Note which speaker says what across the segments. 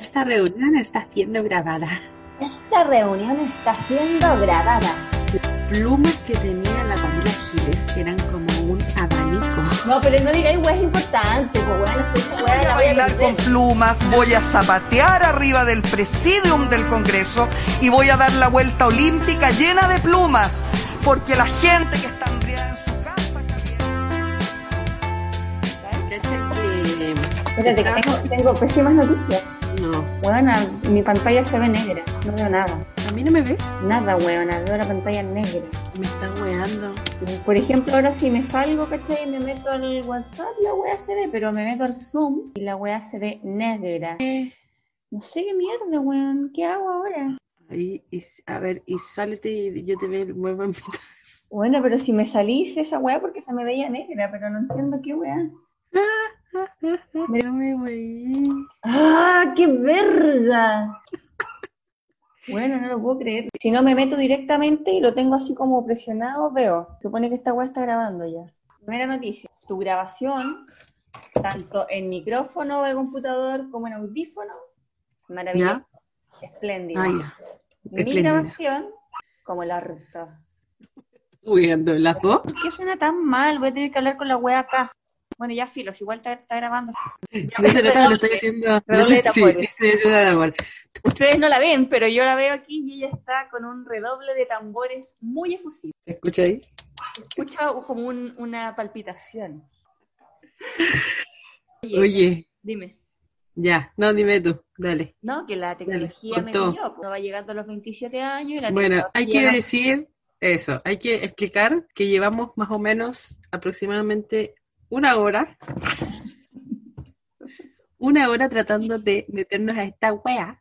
Speaker 1: Esta reunión está siendo grabada.
Speaker 2: Esta reunión está siendo grabada.
Speaker 1: Las plumas que tenía la familia Giles eran como un abanico.
Speaker 2: No, pero no digáis, güey, es importante, pues, güey, no soy
Speaker 3: Voy a bailar con plumas, voy a zapatear arriba del presidium del Congreso y voy a dar la vuelta olímpica llena de plumas, porque la gente que está hambriada en su casa...
Speaker 1: Cacha que...
Speaker 4: Espérate, que tengo, tengo pésimas noticias.
Speaker 1: No,
Speaker 4: Weona, mi pantalla se ve negra. No veo nada.
Speaker 1: a mí no me ves.
Speaker 4: Nada, weona. Veo la pantalla negra.
Speaker 1: Me está weando.
Speaker 4: Por ejemplo, ahora si me salgo, ¿cachai? Y me meto al WhatsApp, la wea se ve, pero me meto al Zoom y la wea se ve negra. No sé qué mierda, weón. ¿Qué hago ahora?
Speaker 1: Ahí, y, a ver, y sálete y yo te veo, vuelvo a invitar.
Speaker 4: Bueno, pero si me salís esa wea porque se me veía negra, pero no entiendo qué wea.
Speaker 1: No me weí.
Speaker 4: ¡Ah, qué verga! Bueno, no lo puedo creer. Si no me meto directamente y lo tengo así como presionado, veo. Supone que esta weá está grabando ya. Primera noticia. Tu grabación, tanto en micrófono de computador como en audífono, maravilloso. Espléndido.
Speaker 1: Ah, ya.
Speaker 4: Mi
Speaker 1: espléndida.
Speaker 4: grabación, como el harto.
Speaker 1: Weando, las dos.
Speaker 4: ¿Por qué suena tan mal? Voy a tener que hablar con la wea acá. Bueno, ya filos, igual está, está grabando.
Speaker 1: No se nota que lo estoy haciendo. No
Speaker 4: Redoble
Speaker 1: sé,
Speaker 4: de
Speaker 1: sí,
Speaker 4: tambores.
Speaker 1: estoy haciendo de amor.
Speaker 4: Ustedes no la ven, pero yo la veo aquí y ella está con un redoble de tambores muy efusivo.
Speaker 1: ¿Se escucha ahí?
Speaker 4: Escucha como un- una palpitación.
Speaker 1: Oye,
Speaker 4: Dime.
Speaker 1: ya. No, dime tú. Dale.
Speaker 4: No, que la tecnología
Speaker 1: Dale,
Speaker 4: me
Speaker 1: cortó.
Speaker 4: engañó, pues, no va llegando a los 27 años y la
Speaker 1: Bueno, hay que
Speaker 4: tecnología
Speaker 1: decir eso, hay que explicar que llevamos más o menos aproximadamente una hora, una hora tratando de meternos a esta wea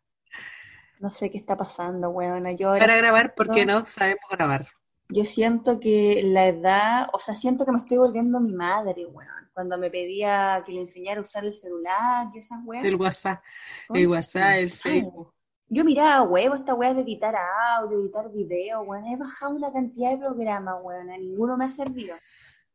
Speaker 4: no- No sé qué está pasando, weona. Yo, ahora-
Speaker 1: para grabar porque no sabemos grabar.
Speaker 4: yo siento que la edad, o sea, siento que me estoy volviendo mi madre, weón. Cuando me pedía que le enseñara a usar el celular y esas weas.
Speaker 1: El WhatsApp, el WhatsApp, el Facebook.
Speaker 4: Yo miraba, huevo, esta wea de editar audio, editar video, weón. He bajado una cantidad de programas, weón. A ninguno me ha servido.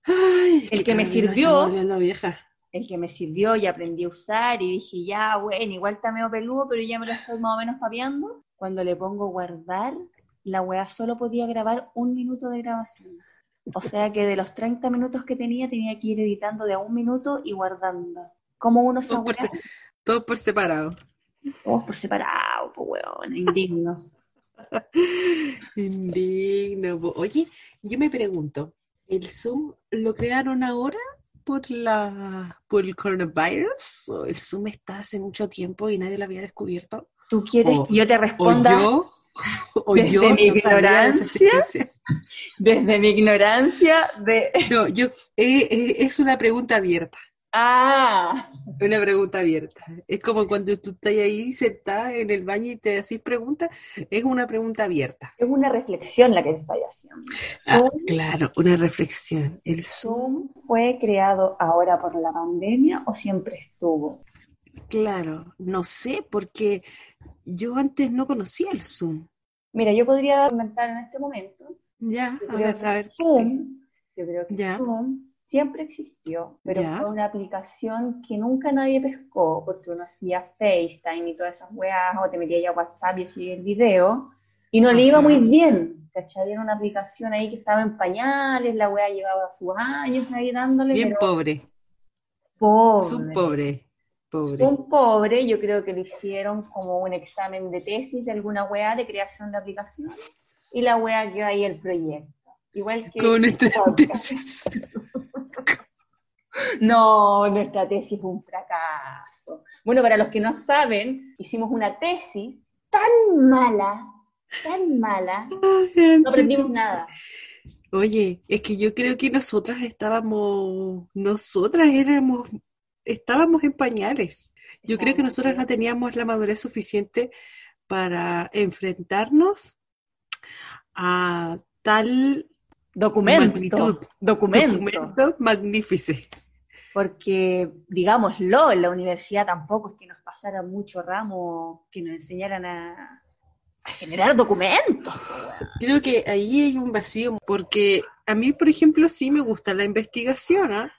Speaker 1: Ay,
Speaker 4: El que me
Speaker 1: Carolina,
Speaker 4: sirvió-
Speaker 1: estamos volviendo vieja.
Speaker 4: el que me sirvió y aprendí a usar y dije, ya, bueno, igual está medio peludo, pero ya me lo estoy más o menos papeando. Cuando le pongo guardar, la weá solo podía grabar un minuto de grabación. O sea que de los 30 minutos que tenía, tenía que ir editando de a un minuto y guardando. Como uno se
Speaker 1: Todo Oh, por, se- todo por separado.
Speaker 4: Todos por separado, pues weón, indigno.
Speaker 1: Indigno. po. Oye, yo me pregunto, ¿el Zoom lo crearon ahora por la por el coronavirus? ¿O el Zoom está hace mucho tiempo y nadie lo había descubierto?
Speaker 4: ¿Tú quieres
Speaker 1: Oh, O-
Speaker 4: que yo te
Speaker 1: ¿O
Speaker 4: responda
Speaker 1: yo? ¿O
Speaker 4: desde
Speaker 1: yo
Speaker 4: mi
Speaker 1: no sabía de esa
Speaker 4: ignorancia.
Speaker 1: existencia?
Speaker 4: desde mi ignorancia de...
Speaker 1: No, yo, eh, eh, es una pregunta abierta.
Speaker 4: Ah,
Speaker 1: Una pregunta abierta. Es como cuando tú estás ahí sentada en el baño y te haces preguntas. Es una pregunta abierta.
Speaker 4: es una reflexión la que te estoy haciendo.
Speaker 1: Ah,
Speaker 4: Zoom
Speaker 1: claro, una reflexión. El Zoom.
Speaker 4: ¿Zoom fue creado ahora por la pandemia o siempre estuvo?
Speaker 1: Claro, no sé, porque yo antes no conocía el Zoom.
Speaker 4: Mira, yo podría comentar en este momento.
Speaker 1: Ya,
Speaker 4: Yo
Speaker 1: a
Speaker 4: creo
Speaker 1: ver, a
Speaker 4: que
Speaker 1: ver.
Speaker 4: Zoom, yo creo que
Speaker 1: Ya.
Speaker 4: Zoom siempre existió, pero
Speaker 1: Ya.
Speaker 4: fue una aplicación que nunca nadie pescó, porque uno hacía FaceTime y todas esas weas, o te metía ya a WhatsApp y así el video, y no le iba
Speaker 1: Ajá.
Speaker 4: muy bien. ¿Cachai? Era una aplicación ahí que estaba en pañales, la wea llevaba sus años ahí dándole,
Speaker 1: Bien
Speaker 4: pero
Speaker 1: pobre,
Speaker 4: pobre.
Speaker 1: Zoom pobre, pobre.
Speaker 4: Un pobre, yo creo que lo hicieron como un examen de tesis de alguna weá de creación de aplicación y la weá quedó ahí el proyecto. Igual que
Speaker 1: Con este nuestra
Speaker 4: podcast.
Speaker 1: tesis.
Speaker 4: No, nuestra tesis fue un fracaso. Bueno, para los que no saben, hicimos una tesis tan mala, tan mala, no aprendimos nada.
Speaker 1: Oye, es que yo creo que nosotras estábamos, nosotras éramos, estábamos en pañales. Yo creo que nosotros no teníamos la madurez suficiente para enfrentarnos a tal
Speaker 4: Documento,
Speaker 1: magnitud,
Speaker 4: documento,
Speaker 1: documento magnífice.
Speaker 4: porque digámoslo, en la universidad tampoco es que nos pasara mucho ramo que nos enseñaran a, a generar documentos. po, weón.
Speaker 1: Creo que ahí hay un vacío, porque a mí, por ejemplo, sí me gusta la investigación, ¿ah?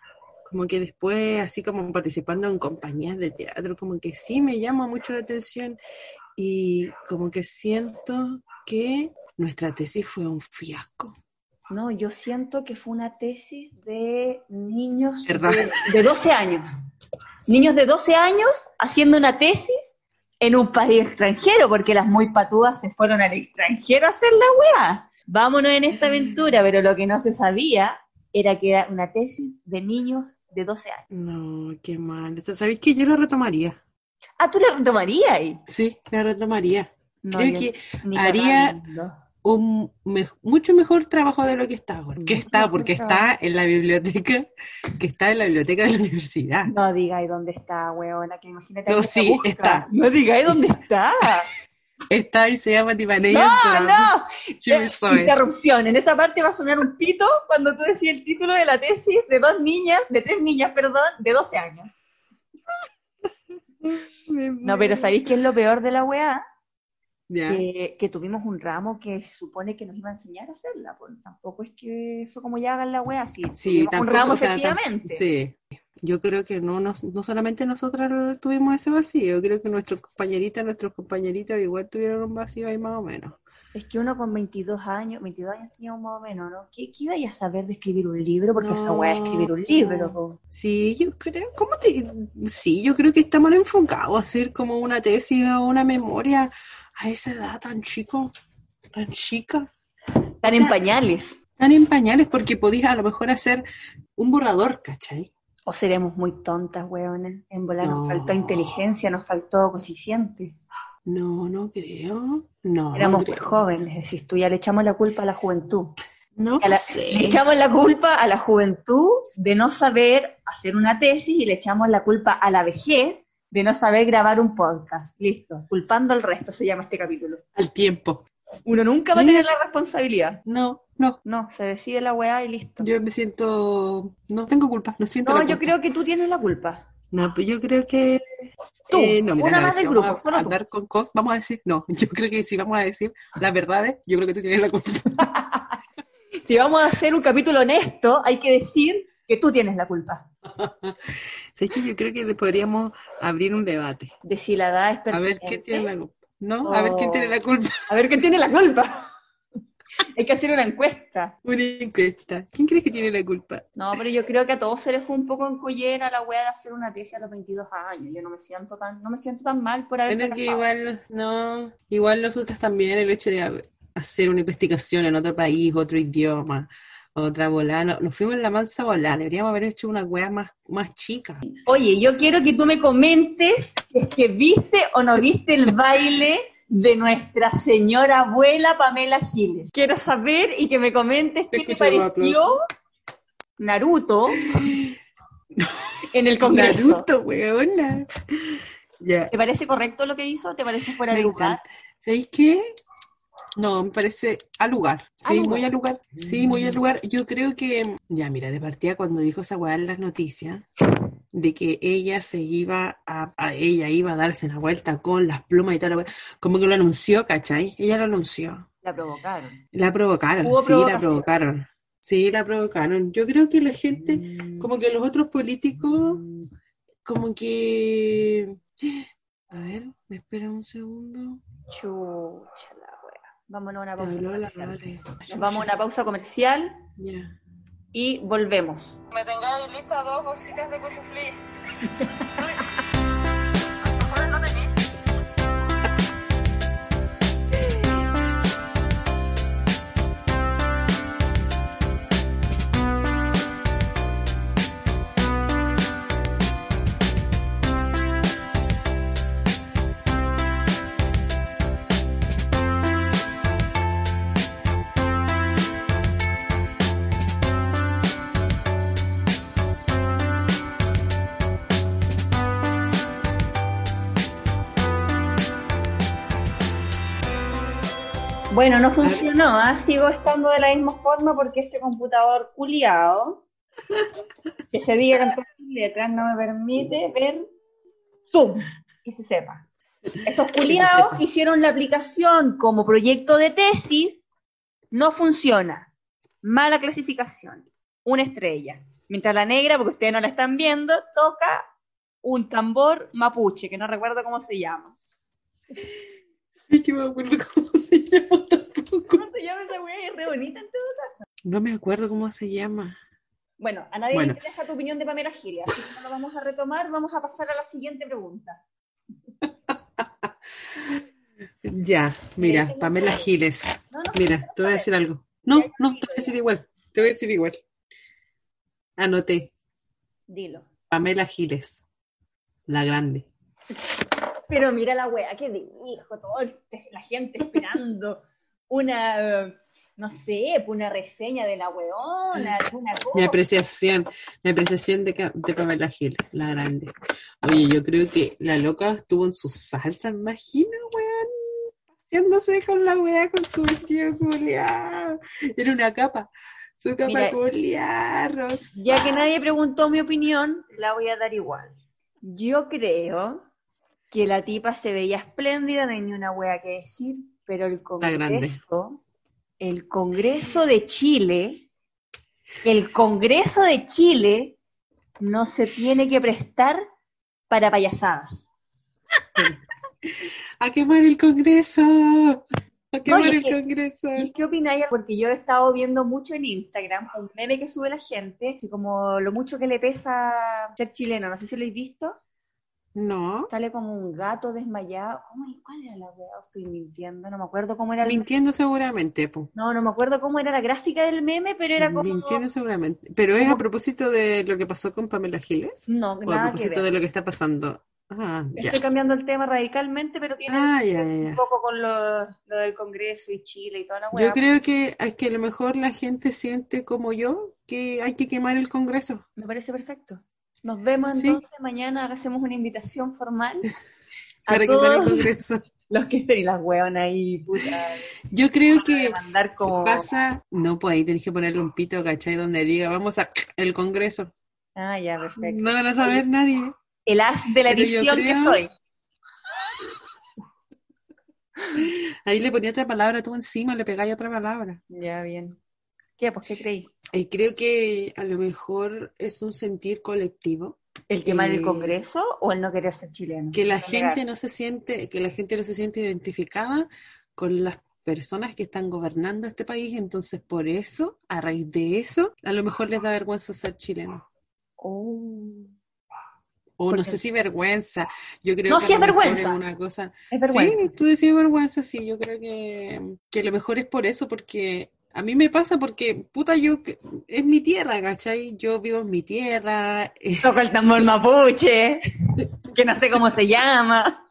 Speaker 1: como que después, así como participando en compañías de teatro, como que sí me llama mucho la atención y como que siento que nuestra tesis fue un fiasco.
Speaker 4: No, yo siento que fue una tesis de niños
Speaker 1: ¿Verdad?
Speaker 4: de, de 12 años. Niños de 12 años haciendo una tesis en un país extranjero, porque las muy patúas se fueron al extranjero a hacer la weá. Vámonos en esta aventura, pero lo que no se sabía era que era una tesis de niños de 12 años.
Speaker 1: No, qué mal. ¿Sabéis que yo la retomaría?
Speaker 4: Ah, tú la retomarías ahí.
Speaker 1: Sí, la retomaría.
Speaker 4: No,
Speaker 1: Creo
Speaker 4: yo
Speaker 1: que
Speaker 4: ni
Speaker 1: haría-
Speaker 4: cagando.
Speaker 1: un me- mucho mejor trabajo de lo que está ahora. Que está, porque está en la biblioteca, que está en la biblioteca de la universidad.
Speaker 4: No digáis dónde está, weona, que imagínate.
Speaker 1: No,
Speaker 4: alguien te
Speaker 1: sí,
Speaker 4: busca.
Speaker 1: está.
Speaker 4: No digáis dónde está.
Speaker 1: Está y se llama Tibanella
Speaker 4: no, no. eh,
Speaker 1: no.
Speaker 4: Interrupción. En esta parte va a sonar un pito cuando tú decís el título de la tesis de dos niñas, de tres niñas, perdón, de 12 años. No, pero ¿sabéis qué es lo peor de la weá? Que, que tuvimos un ramo que se supone que nos iba a enseñar a hacerla. pues, tampoco es que fue como ya hagan la weá, sí.
Speaker 1: Sí,
Speaker 4: tuvimos un
Speaker 1: tampoco,
Speaker 4: ramo
Speaker 1: o sea, tam-
Speaker 4: efectivamente.
Speaker 1: Sí. Yo creo que no, nos- no solamente nosotras tuvimos ese vacío, yo creo que nuestros compañeritas, nuestros compañeritos igual tuvieron un vacío ahí más o menos.
Speaker 4: Es que uno con 22 años, 22 años teníamos más o menos, ¿no? ¿Qué, qué iba a saber de escribir un libro? Porque esa weá es escribir un libro. po.
Speaker 1: Sí, yo creo, ¿cómo te? Sí, yo creo que está mal enfocado hacer como una tesis o una memoria a esa edad tan chico, tan chica,
Speaker 4: Están
Speaker 1: O sea,
Speaker 4: en pañales.
Speaker 1: tan en pañales, porque podías a lo mejor hacer un borrador, ¿cachai?
Speaker 4: O seremos muy tontas, weones. En volar
Speaker 1: No.
Speaker 4: nos faltó inteligencia, nos faltó coeficiente.
Speaker 1: No, no creo, no, no
Speaker 4: Éramos muy
Speaker 1: creo.
Speaker 4: jóvenes, decís tú, ya le echamos la culpa a la juventud.
Speaker 1: No
Speaker 4: A la- Le
Speaker 1: sé.
Speaker 4: echamos la culpa a la juventud de no saber hacer una tesis y le echamos la culpa a la vejez de no saber grabar un podcast. Listo, culpando al resto se llama este capítulo.
Speaker 1: Al tiempo.
Speaker 4: Uno nunca va a tener la responsabilidad.
Speaker 1: No, no,
Speaker 4: No, se decide la weá y listo.
Speaker 1: yo me siento, no tengo culpa, no siento
Speaker 4: no,
Speaker 1: la
Speaker 4: yo
Speaker 1: culpa.
Speaker 4: creo que tú tienes la culpa.
Speaker 1: No, pues yo creo que
Speaker 4: Tú,
Speaker 1: eh, no, mira,
Speaker 4: una
Speaker 1: a ver,
Speaker 4: más
Speaker 1: si
Speaker 4: del
Speaker 1: vamos
Speaker 4: grupo,
Speaker 1: a
Speaker 4: solo tú.
Speaker 1: andar con cosas, vamos a decir, no, yo creo que si vamos a decir las verdades, yo creo que tú tienes la culpa.
Speaker 4: Si vamos a hacer un capítulo honesto, hay que decir que tú tienes la culpa.
Speaker 1: Sí, es que yo creo que le podríamos abrir un debate.
Speaker 4: De si la edad es
Speaker 1: A ver
Speaker 4: pertinente.
Speaker 1: quién tiene la culpa. ¿No? A ver quién tiene la culpa.
Speaker 4: A ver quién tiene la culpa. hay que hacer una encuesta.
Speaker 1: Una encuesta. ¿Quién crees que tiene la culpa?
Speaker 4: No, pero yo creo que a todos se les fue un poco en collera la wea de hacer una tesis a los 22 años. Yo no me siento tan, no me siento tan mal por haber
Speaker 1: Bueno, que igual, no, igual nosotras también el hecho de hab- hacer una investigación en otro país, otro idioma, otra volada. No, nos fuimos en la mansa volada. Deberíamos haber hecho una wea más, más chica.
Speaker 4: Oye, yo quiero que tú me comentes si es que viste o no viste el baile de nuestra señora abuela Pamela Giles. Quiero saber y que me comentes
Speaker 1: Se
Speaker 4: qué te
Speaker 1: escucha un
Speaker 4: pareció
Speaker 1: aplauso.
Speaker 4: Naruto en el Congreso.
Speaker 1: Naruto, weona. Ya.
Speaker 4: ¿Te parece correcto lo que hizo? ¿Te parece fuera
Speaker 1: Me
Speaker 4: de lugar?
Speaker 1: encanta. ¿Sabéis qué? No, me parece al lugar. Sí,
Speaker 4: lugar. Mm.
Speaker 1: muy al lugar. Sí, muy al lugar. Yo creo que, ya mira, de partida cuando dijo esa weá en las noticias, de que ella se iba a, a- ella iba a darse la vuelta con las plumas y tal, como que lo anunció, ¿cachai? Ella lo anunció.
Speaker 4: La provocaron.
Speaker 1: La provocaron,
Speaker 4: Hubo
Speaker 1: sí, la
Speaker 4: provocación.
Speaker 1: provocaron. Sí, la provocaron. Yo creo que la gente, como que los otros políticos, como que... A ver, me espera un segundo.
Speaker 4: Chucha la wea. Vámonos a una
Speaker 1: Te
Speaker 4: pausa
Speaker 1: habló la
Speaker 4: comercial.
Speaker 1: madre.
Speaker 4: Nos vamos a una pausa comercial
Speaker 1: Ya.
Speaker 4: y volvemos.
Speaker 5: Me tengáis listas dos bolsitas de cuchuflí. no tenéis?
Speaker 4: Bueno, no funcionó, ¿ah? sigo estando de la misma forma porque este computador culiado, que se diga con todas las letras, no me permite ver Zoom, que se sepa. Esos culiados
Speaker 1: sepa.
Speaker 4: que hicieron la aplicación como proyecto de tesis, no funciona. Mala clasificación, una estrella. Mientras la negra, porque ustedes no la están viendo, toca un tambor mapuche, que no recuerdo cómo se llama.
Speaker 1: Es que me acuerdo cómo se llama tampoco.
Speaker 4: ¿Cómo se llama esa weá? Es re bonita en todo
Speaker 1: No me acuerdo cómo se llama.
Speaker 4: Bueno, a nadie
Speaker 1: Bueno.
Speaker 4: le interesa tu opinión de Pamela Giles, así que no lo vamos a retomar, vamos a pasar a la siguiente pregunta.
Speaker 1: Ya, mira, Pamela Giles.
Speaker 4: No, no,
Speaker 1: Mira, te voy a decir algo. No, no, te voy a decir igual. Te voy a decir igual. Anoté,
Speaker 4: dilo.
Speaker 1: Pamela Giles, la grande.
Speaker 4: Pero mira la wea, qué hijo, todo el- la gente esperando una, eh, no sé, una reseña de la weona, alguna
Speaker 1: Mi
Speaker 4: cosa.
Speaker 1: apreciación, mi apreciación de, ca- de Pamela Giles, la grande. Oye, yo creo que la loca estuvo en su salsa, me imagino, weón. Haciéndose con la weá con su vestido culiado. Era una capa. Su capa
Speaker 4: Mira,
Speaker 1: culiada,
Speaker 4: Ya que nadie preguntó mi opinión, la voy a dar igual. Yo creo que la tipa se veía espléndida, no hay ni una wea que decir, pero el
Speaker 1: grande.
Speaker 4: Congreso, el Congreso de Chile, el Congreso de Chile no se tiene que prestar para payasadas.
Speaker 1: ¡A quemar el Congreso! ¡A quemar
Speaker 4: Oye,
Speaker 1: el
Speaker 4: que-
Speaker 1: Congreso!
Speaker 4: ¿Y qué opináis? Porque yo he estado viendo mucho en Instagram un meme que sube la gente, así como lo mucho que le pesa ser chileno, no sé si lo habéis visto.
Speaker 1: No,
Speaker 4: sale como un gato desmayado. ¿Cómo es? ¿Cuál era la weá? Estoy mintiendo, no me acuerdo cómo era el-
Speaker 1: mintiendo seguramente, po.
Speaker 4: No, no me acuerdo cómo era la gráfica del meme, pero era como...
Speaker 1: Mintiendo seguramente. Pero es a propósito de lo que pasó con Pamela Giles.
Speaker 4: No,
Speaker 1: o
Speaker 4: nada
Speaker 1: a
Speaker 4: que
Speaker 1: propósito
Speaker 4: ver.
Speaker 1: de lo que está pasando. Ah, ya.
Speaker 4: Estoy cambiando el tema radicalmente, pero tiene
Speaker 1: Ah,
Speaker 4: que
Speaker 1: ya,
Speaker 4: ver
Speaker 1: ya,
Speaker 4: un
Speaker 1: ya.
Speaker 4: poco con lo, lo del Congreso y Chile y toda la weá.
Speaker 1: Yo creo que, es que a lo mejor la gente siente como yo que hay que quemar el Congreso.
Speaker 4: Me parece perfecto. Nos vemos
Speaker 1: Sí.
Speaker 4: entonces mañana, hacemos una invitación formal a
Speaker 1: Para quemar el
Speaker 4: todos
Speaker 1: Congreso.
Speaker 4: los que estén y las weonas ahí, puta.
Speaker 1: Yo creo
Speaker 4: van a
Speaker 1: que
Speaker 4: demandar como...
Speaker 1: pasa. No, pues ahí tenés que ponerle un pito, ¿cachai? Donde diga, vamos a el Congreso.
Speaker 4: Ah, ya, perfecto.
Speaker 1: No van a saber nadie.
Speaker 4: El as de la
Speaker 1: Pero yo
Speaker 4: edición que
Speaker 1: creo-
Speaker 4: soy.
Speaker 1: Ahí le ponía otra palabra, tú encima le pegáis otra palabra.
Speaker 4: Ya, bien. ¿Qué? Pues, ¿qué creí?
Speaker 1: Y creo que a lo mejor es un sentir colectivo,
Speaker 4: ¿El quemar el
Speaker 1: Eh,
Speaker 4: Congreso o el no querer ser chileno?
Speaker 1: que la
Speaker 4: No negar.
Speaker 1: gente no se siente, que la gente no se siente identificada con las personas que están gobernando este país, entonces por eso, a raíz de eso, a lo mejor les da vergüenza ser chileno.
Speaker 4: Oh.
Speaker 1: O
Speaker 4: ¿Por
Speaker 1: no
Speaker 4: qué?
Speaker 1: sé si vergüenza, yo creo
Speaker 4: No,
Speaker 1: que a
Speaker 4: sí es
Speaker 1: lo mejor
Speaker 4: vergüenza.
Speaker 1: es una cosa,
Speaker 4: Es vergüenza.
Speaker 1: Sí, tú decís vergüenza, sí, yo creo que, que a lo mejor es por eso, porque a mí me pasa porque, puta, yo, es mi tierra, ¿cachai? Yo vivo en mi tierra, eh,
Speaker 4: Toca el tambor mapuche, que no sé cómo se llama.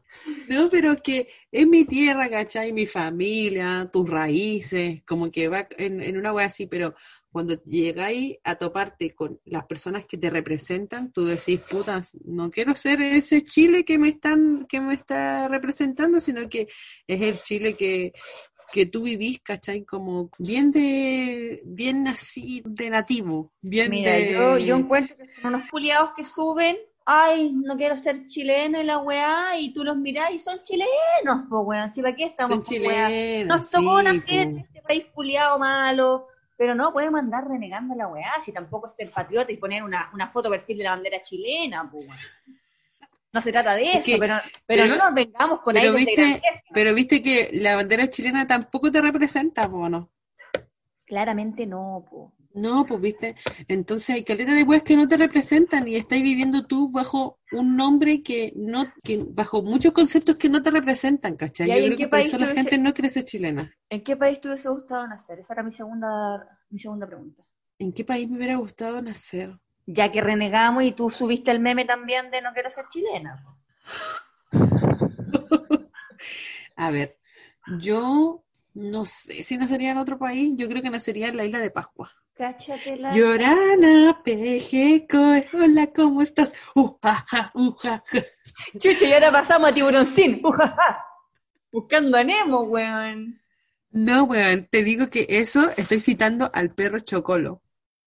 Speaker 1: no, pero que es mi tierra, ¿cachai? Mi familia, tus raíces, como que va en, en una wea así, pero cuando llegáis a toparte con las personas que te representan, tú decís, putas, no quiero ser ese Chile que me están, que me está representando, sino que es el Chile que, que tú vivís, ¿cachai? Como bien de, bien así de nativo, bien
Speaker 4: Mira,
Speaker 1: de...
Speaker 4: yo, yo encuentro que son unos culiados que suben, ay, no quiero ser chileno y la weá, y tú los mirás y son chilenos, pues weón, si para qué estamos
Speaker 1: son
Speaker 4: po, weá.
Speaker 1: chilenos,
Speaker 4: Nos tocó
Speaker 1: sí,
Speaker 4: nacer en
Speaker 1: po.
Speaker 4: este país culiado malo, pero no podemos andar renegando la weá, si tampoco es ser patriota y poner una, una foto perfil de la bandera chilena, pues weón. No se trata de eso,
Speaker 1: que-
Speaker 4: pero, pero,
Speaker 1: pero-
Speaker 4: no nos vengamos con
Speaker 1: pero
Speaker 4: aires de
Speaker 1: viste-
Speaker 4: grandeza.
Speaker 1: Pero viste que la bandera chilena tampoco te representa, po, ¿no?
Speaker 4: Claramente no, po.
Speaker 1: No, pues viste. Entonces hay caleta de weas que no te representan y estáis viviendo tú bajo un nombre que no, que bajo muchos conceptos que no te representan, ¿cachai?
Speaker 4: ¿Y
Speaker 1: Yo
Speaker 4: ahí en
Speaker 1: creo
Speaker 4: qué
Speaker 1: que por
Speaker 4: país
Speaker 1: eso la
Speaker 4: tú
Speaker 1: gente
Speaker 4: dices-
Speaker 1: no crece chilena.
Speaker 4: ¿En qué país te hubiese gustado nacer? Esa era mi segunda, mi segunda pregunta.
Speaker 1: ¿En qué país me hubiera gustado nacer?
Speaker 4: Ya que renegamos y tú subiste el meme también de no quiero ser chilena. po.
Speaker 1: A ver, yo no sé si nacería en otro país, yo creo que nacería en la isla de Pascua.
Speaker 4: Cáchate la...
Speaker 1: Llorana, Pejeco, hola, ¿cómo estás? Uh, ja, ja, uh, ja, ja.
Speaker 4: Chucho, y ahora pasamos a Tiburoncín. Ujaja. Buscando a Nemo, weón.
Speaker 1: No, weón, te digo que eso estoy citando al perro Chocolo.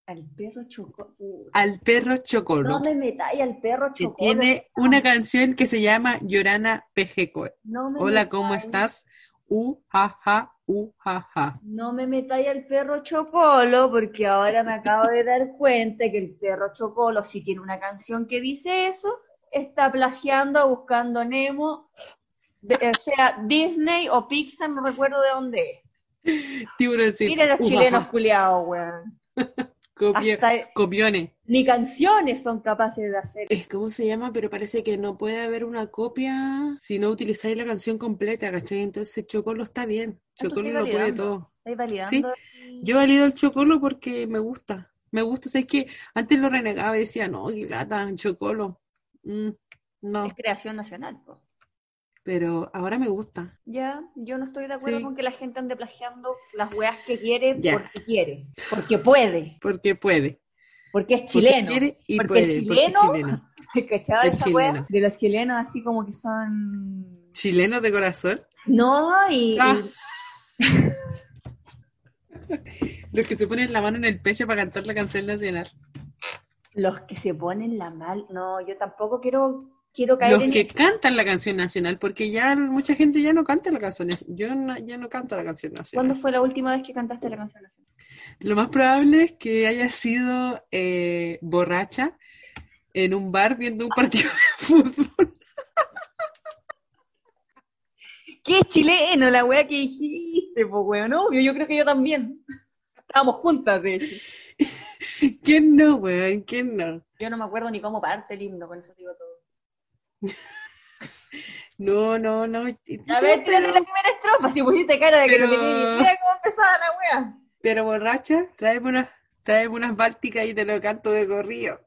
Speaker 4: Al perro chocó.
Speaker 1: Al perro Chocolo.
Speaker 4: No me metáis al perro
Speaker 1: que
Speaker 4: chocó.
Speaker 1: tiene una canción que se llama Llorana Pejeco.
Speaker 4: No me
Speaker 1: Hola, ¿cómo
Speaker 4: metáis-
Speaker 1: estás? Uh, ja, ja, uh, ja, ja.
Speaker 4: No me metáis al perro Chocolo, porque ahora me acabo de dar cuenta que el perro Chocolo, si tiene una canción que dice eso, está plagiando a buscando Nemo, de- o sea, Disney o Pixar, no recuerdo de dónde es.
Speaker 1: Tiburoncito.
Speaker 4: Miren los
Speaker 1: Uh, ja,
Speaker 4: chilenos
Speaker 1: ja.
Speaker 4: culiados, weón.
Speaker 1: Copio-
Speaker 4: Hasta
Speaker 1: Copiones.
Speaker 4: ni canciones son capaces de hacer.
Speaker 1: Es como se llama, pero parece que no puede haber una copia si no utilizáis la canción completa, ¿cachai? Entonces Chocolo está bien.
Speaker 4: tú
Speaker 1: Chocolo
Speaker 4: estás
Speaker 1: lo puede
Speaker 4: validando.
Speaker 1: todo.
Speaker 4: ¿Estáis validando?
Speaker 1: Sí. Yo valido el Chocolo porque me gusta. Me gusta, ¿sabes que Antes lo renegaba y decía, no, qué lata, Chocolo. Mm, no,
Speaker 4: Es creación nacional, po.
Speaker 1: pero ahora me gusta.
Speaker 4: Ya, yo no estoy de acuerdo
Speaker 1: Sí.
Speaker 4: con que la gente ande plagiando las weas que quiere
Speaker 1: Ya.
Speaker 4: porque quiere, porque puede,
Speaker 1: Porque puede.
Speaker 4: porque es
Speaker 1: Porque
Speaker 4: chileno.
Speaker 1: quiere y
Speaker 4: Porque
Speaker 1: puede.
Speaker 4: el
Speaker 1: porque es
Speaker 4: chileno-
Speaker 1: chileno.
Speaker 4: ¿Cachaba
Speaker 1: El
Speaker 4: esa
Speaker 1: chileno.
Speaker 4: wea? De los chilenos así como que son...
Speaker 1: Chileno de corazón.
Speaker 4: No, y, y-
Speaker 1: Ah. Los que se ponen la mano en el pecho para cantar la canción nacional.
Speaker 4: los que se ponen la mal... No, yo tampoco quiero, quiero caer
Speaker 1: Los
Speaker 4: en...
Speaker 1: que cantan la canción nacional, porque ya mucha gente ya no canta la canción. Yo no- ya no canto la canción
Speaker 4: ¿Cuándo
Speaker 1: nacional.
Speaker 4: fue la última vez que cantaste la canción nacional?
Speaker 1: Lo más probable es que haya sido eh, borracha en un bar viendo un partido de fútbol.
Speaker 4: ¡Qué chileno la wea que dijiste, po, weón! Obvio, yo creo que yo también. Estábamos juntas, de hecho.
Speaker 1: ¿Quién no, weón? ¿Quién no?
Speaker 4: Yo no me acuerdo ni cómo parte el himno, con eso te digo todo.
Speaker 1: No, no, no.
Speaker 4: A ver, tírate la primera estrofa, si pusiste cara de que no
Speaker 1: Pero-
Speaker 4: tenías ni idea cómo empezaba la wea.
Speaker 1: Pero borracha, tráeme unas, tráeme unas bálticas y te lo canto de corrido.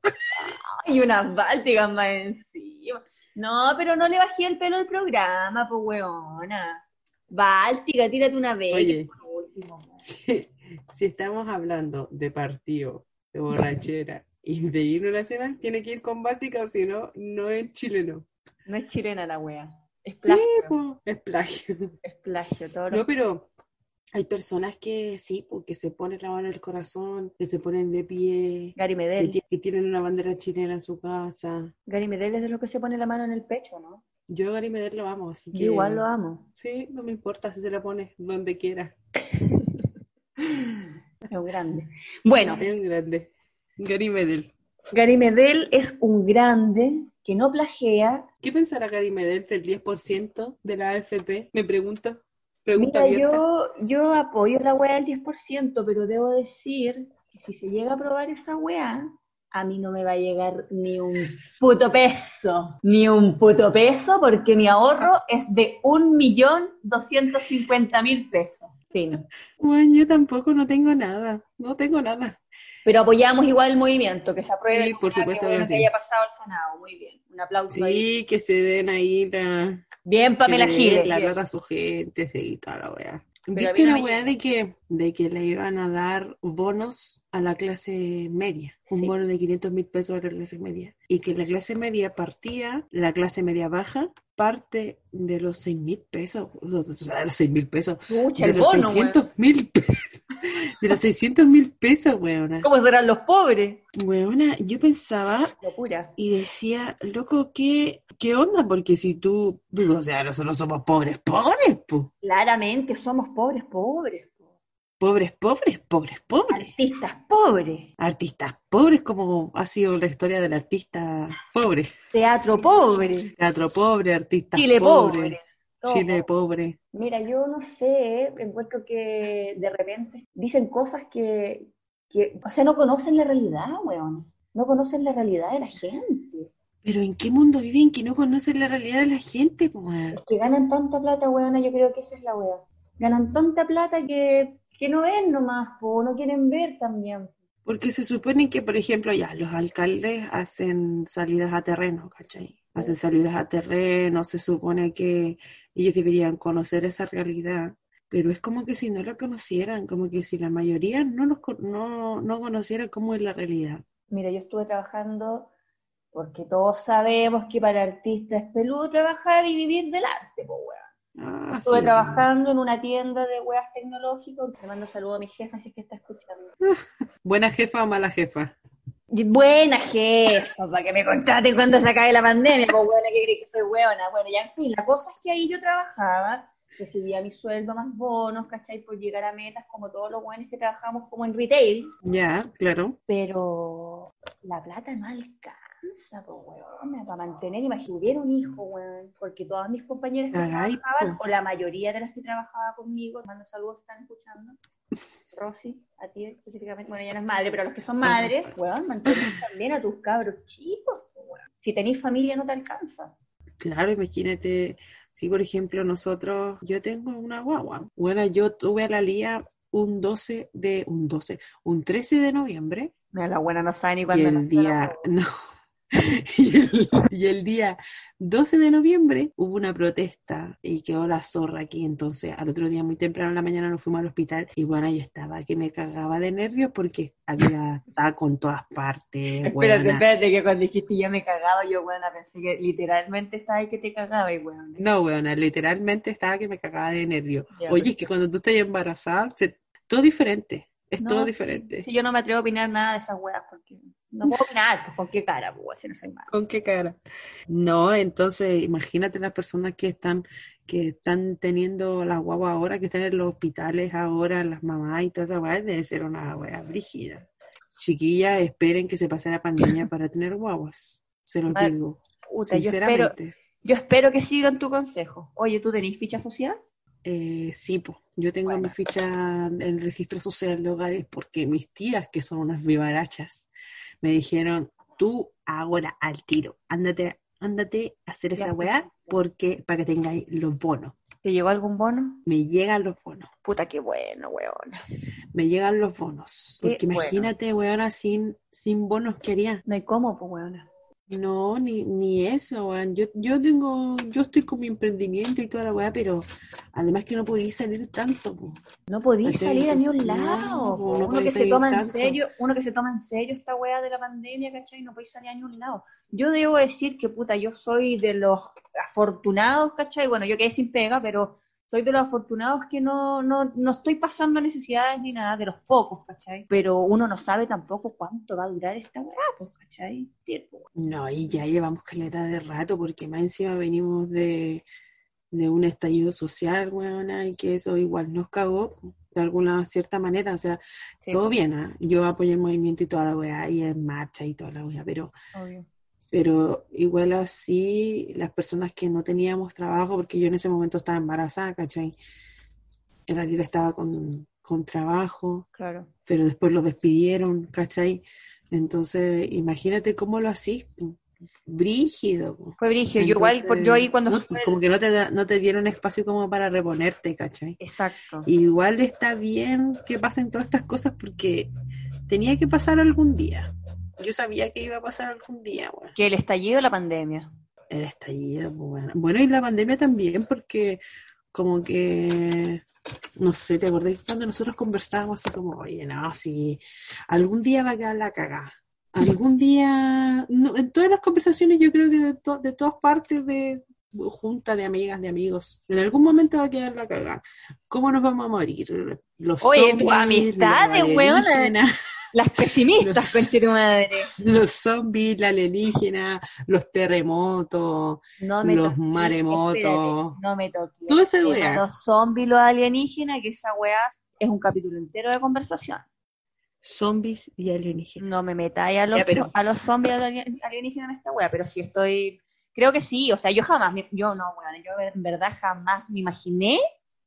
Speaker 4: Y unas bálticas más encima. No, pero no le bajé el pelo al programa, pues weona. Báltica, tírate una vez.
Speaker 1: Oye.
Speaker 4: por último.
Speaker 1: Si, si estamos hablando de partido, de borrachera y de himno nacional, tiene que ir con báltica o si no, no es chileno.
Speaker 4: No es chilena la wea. Es
Speaker 1: Sí,
Speaker 4: plagio,
Speaker 1: po, es plagio.
Speaker 4: es plagio. Todo
Speaker 1: No, pero hay personas que sí, porque se ponen la mano en el corazón, que se ponen de pie,
Speaker 4: Gary
Speaker 1: que,
Speaker 4: Medel.
Speaker 1: ti- que tienen una bandera chilena en su casa.
Speaker 4: Gary Medel es de los que se pone la mano en el pecho, ¿no?
Speaker 1: Yo a Gary Medel lo amo, así que
Speaker 4: Yo igual lo amo.
Speaker 1: sí, no me importa si se la pone donde quiera.
Speaker 4: Es un grande. Bueno,
Speaker 1: Es un grande. Gary Medel.
Speaker 4: Gary Medel es un grande que no plagia,
Speaker 1: ¿Qué pensará Gary Medel del 10% de la AFP? Me pregunto. Pregunta
Speaker 4: Mira,
Speaker 1: abierta.
Speaker 4: yo, yo apoyo la weá del 10%, pero debo decir que si se llega a probar esa weá, a mí no me va a llegar ni un puto peso. Ni un puto peso, porque mi ahorro es de 1.250.000 pesos. Fin.
Speaker 1: Bueno, yo tampoco no tengo nada. No tengo nada.
Speaker 4: Pero apoyamos igual el movimiento, que se apruebe
Speaker 1: Sí,
Speaker 4: la
Speaker 1: por
Speaker 4: weá
Speaker 1: supuesto
Speaker 4: que,
Speaker 1: que
Speaker 4: bueno
Speaker 1: sí.
Speaker 4: que haya pasado al Senado. Muy bien. Un aplauso ahí.
Speaker 1: Sí, que se den ahí la,
Speaker 4: Bien, Pamela
Speaker 1: que le
Speaker 4: Giles.
Speaker 1: den la
Speaker 4: bien.
Speaker 1: plata a su gente, se quita la weá.
Speaker 4: a
Speaker 1: ¿Viste
Speaker 4: mí no
Speaker 1: la
Speaker 4: me
Speaker 1: weá
Speaker 4: llega.
Speaker 1: de que, de que le iban a dar bonos a la clase media? Un
Speaker 4: Sí.
Speaker 1: bono de 500 mil pesos a la clase media. Y que la clase media partía, la clase media baja, parte de los 6 mil pesos. O sea, de los 6 mil pesos.
Speaker 4: Pucha,
Speaker 1: De
Speaker 4: el
Speaker 1: los
Speaker 4: bono, weón.
Speaker 1: 600 mil De los 600 mil pesos, weona.
Speaker 4: ¿Cómo serán los pobres?
Speaker 1: Weona, yo pensaba
Speaker 4: Locura.
Speaker 1: y decía, loco, ¿qué, qué onda? Porque si tú, pues, o sea, nosotros somos pobres, pobres, po.
Speaker 4: Claramente somos pobres, pobres. po.
Speaker 1: Pobres, pobres, pobres, pobres.
Speaker 4: Artistas pobres,
Speaker 1: Artistas pobres, como ha sido la historia del artista pobre.
Speaker 4: teatro pobre,
Speaker 1: Teatro pobre, artista
Speaker 4: Chile
Speaker 1: pobre.
Speaker 4: pobre. todo
Speaker 1: Chile pobre.
Speaker 4: Mira, yo no sé, eh, encuentro que de repente dicen cosas que, que, o sea, no conocen la realidad, weón. No conocen la realidad de la gente.
Speaker 1: Pero ¿en qué mundo viven que no conocen la realidad de la gente, po, weón?
Speaker 4: Es que ganan tanta plata, weón, yo creo que esa es la weón. Ganan tanta plata que, que no ven nomás, po, no quieren ver también.
Speaker 1: Porque se supone que, por ejemplo, ya los alcaldes hacen salidas a terreno, ¿cachai? Hacen salidas a terreno, se supone que ellos deberían conocer esa realidad, pero es como que si no la conocieran, como que si la mayoría no, los, con- no, no conociera cómo es la realidad.
Speaker 4: Mira, yo estuve trabajando porque todos sabemos que para artistas es peludo trabajar y vivir del arte, po, weón.
Speaker 1: Ah,
Speaker 4: Estuve
Speaker 1: sí.
Speaker 4: trabajando en una tienda de weas tecnológicas. Le mando saludo a mi jefa si es que está escuchando.
Speaker 1: ¿Buena jefa o mala jefa?
Speaker 4: Y- Buena jefa, para que me contraten cuando se acabe la pandemia. Pues buena que crees que soy weona. Bueno, ya en fin, la cosa es que ahí yo trabajaba, recibía mi sueldo más bonos, ¿cachai? Por llegar a metas, como todos los weones que trabajamos como en retail.
Speaker 1: Ya, claro.
Speaker 4: Pero la plata no alcanza, po, weón, para mantener, imagínate, hubiera un hijo, weón, porque todas mis compañeras que
Speaker 1: Caray,
Speaker 4: trabajaban,
Speaker 1: po.
Speaker 4: o la mayoría de las que trabajaba conmigo, mando saludos, están escuchando, Rosy, a ti específicamente, bueno, ella no es madre, pero a los que son madres, weón, mantener también a tus cabros chicos, po, weón. Si tenés familia no te alcanza.
Speaker 1: Claro, imagínate, si por ejemplo nosotros, yo tengo una guagua. Bueno, yo tuve a la Lía un 12 de, un 12, un 13 de noviembre
Speaker 4: Mira, la buena no sabe ni
Speaker 1: y
Speaker 4: cuándo
Speaker 1: el
Speaker 4: nació la
Speaker 1: día,
Speaker 4: weón.
Speaker 1: no, y el, y el día 12 de noviembre hubo una protesta y quedó la zorra aquí. Entonces, al otro día muy temprano en la mañana nos fuimos al hospital y bueno, yo estaba que me cagaba de nervios porque había taco en todas partes,
Speaker 4: Espérate,
Speaker 1: weona.
Speaker 4: espérate, que cuando dijiste yo me cagaba, yo, weón, pensé que literalmente estaba ahí que te cagaba, y weón.
Speaker 1: No, weona, literalmente estaba que me cagaba de nervio.
Speaker 4: Ya,
Speaker 1: Oye, es que cuando tú estás embarazada, se- todo diferente, es
Speaker 4: No,
Speaker 1: todo
Speaker 4: sí,
Speaker 1: diferente.
Speaker 4: Si yo no me atrevo a opinar nada de esas weas, porque no puedo opinar, pues, con qué cara, pues, si no soy mala.
Speaker 1: ¿Con qué cara? No, entonces imagínate las personas que están, que están teniendo las guaguas ahora, que están en los hospitales ahora, las mamás y toda esa weá, debe ser una weá brígida. Chiquillas, esperen que se pase la pandemia para tener guaguas, se los
Speaker 4: Ah,
Speaker 1: digo,
Speaker 4: Puta, yo espero,
Speaker 1: sinceramente.
Speaker 4: yo espero que sigan tu consejo. Oye, ¿tú tenés ficha social?
Speaker 1: Eh, sí, po. Yo tengo
Speaker 4: Bueno.
Speaker 1: mi ficha en el registro social de hogares porque mis tías, que son unas vivarachas, me dijeron, tú ahora al tiro, ándate, ándate a hacer
Speaker 4: Ya,
Speaker 1: esa weá porque para que tengáis los bonos.
Speaker 4: ¿Te llegó algún bono?
Speaker 1: Me llegan los bonos,
Speaker 4: Puta, qué bueno, weón.
Speaker 1: me llegan los bonos.
Speaker 4: Qué
Speaker 1: Porque
Speaker 4: bueno.
Speaker 1: imagínate, weona, sin, sin bonos, ¿qué haría?
Speaker 4: No hay cómo, pues, weón.
Speaker 1: No, ni, ni eso, weón. Yo, yo tengo, yo estoy con mi emprendimiento y toda la weá, pero además que no podía salir tanto, po.
Speaker 4: No podís
Speaker 1: Entonces,
Speaker 4: salir a ni un
Speaker 1: no,
Speaker 4: lado.
Speaker 1: no
Speaker 4: po. uno
Speaker 1: podís
Speaker 4: que se
Speaker 1: salir
Speaker 4: toma en
Speaker 1: tanto.
Speaker 4: serio, uno que se toma en serio esta wea de la pandemia, ¿cachai? No podéis salir a ni un lado. Yo debo decir que puta, yo soy de los afortunados, ¿cachai? Bueno, yo quedé sin pega, pero soy de los afortunados que no, no, no estoy pasando necesidades ni nada, de los pocos, ¿cachai? Pero uno no sabe tampoco cuánto va a durar esta wea, pues, ¿cachai? Tiempo.
Speaker 1: No, y ya llevamos caleta de rato porque más encima venimos de, de un estallido social, weona, y que eso igual nos cagó de alguna cierta manera. O sea,
Speaker 4: Sí,
Speaker 1: todo bien, ¿ah? Yo apoyo el movimiento y toda la weá, y en marcha y toda la weá, pero,
Speaker 4: obvio.
Speaker 1: pero igual así las personas que no teníamos trabajo, porque yo en ese momento estaba embarazada, ¿cachai? En realidad estaba con, con trabajo
Speaker 4: Claro.
Speaker 1: pero después lo despidieron, ¿cachai? Entonces, imagínate cómo lo hacís, pu, brígido. pu.
Speaker 4: Fue brigio. Yo igual, por- yo ahí cuando
Speaker 1: Entonces,
Speaker 4: fue
Speaker 1: no,
Speaker 4: el-
Speaker 1: como que no te, da- no te dieron espacio como para reponerte, ¿cachai?
Speaker 4: Exacto.
Speaker 1: Igual está bien que pasen todas estas cosas porque tenía que pasar algún día. Yo sabía que iba a pasar algún día, bueno.
Speaker 4: Que el estallido de la pandemia.
Speaker 1: El estallido, pues, bueno. Bueno, y la pandemia también, porque como que, no sé, ¿te acordáis cuando nosotros conversábamos así como, oye, no, si algún día va a quedar la cagada? Algún día, no, en todas las conversaciones yo creo que de, to- de todas partes de junta de amigas, de amigos, en algún momento va a quedar la cagada. ¿Cómo nos vamos a morir? Los
Speaker 4: Oye, tus
Speaker 1: zombies, los
Speaker 4: amistades, weona.
Speaker 1: alienígenas,
Speaker 4: Las pesimistas,
Speaker 1: Los-
Speaker 4: conche tu madre.
Speaker 1: Los zombies, la alienígena, los terremotos,
Speaker 4: No me
Speaker 1: Los
Speaker 4: toqué,
Speaker 1: maremotos.
Speaker 4: espérate, no me toqué.
Speaker 1: Todo ese
Speaker 4: El tema
Speaker 1: weá.
Speaker 4: de Los zombies, los alienígenas, que esa weá es un capítulo entero de conversación.
Speaker 1: Zombies y alienígenas.
Speaker 4: No me metáis a los,
Speaker 1: Ya, pero-
Speaker 4: a los zombies, a los alien- alienígenas en esta weá, pero sí estoy. Creo que sí, o sea, yo jamás, me- yo no, weón, yo en verdad jamás me imaginé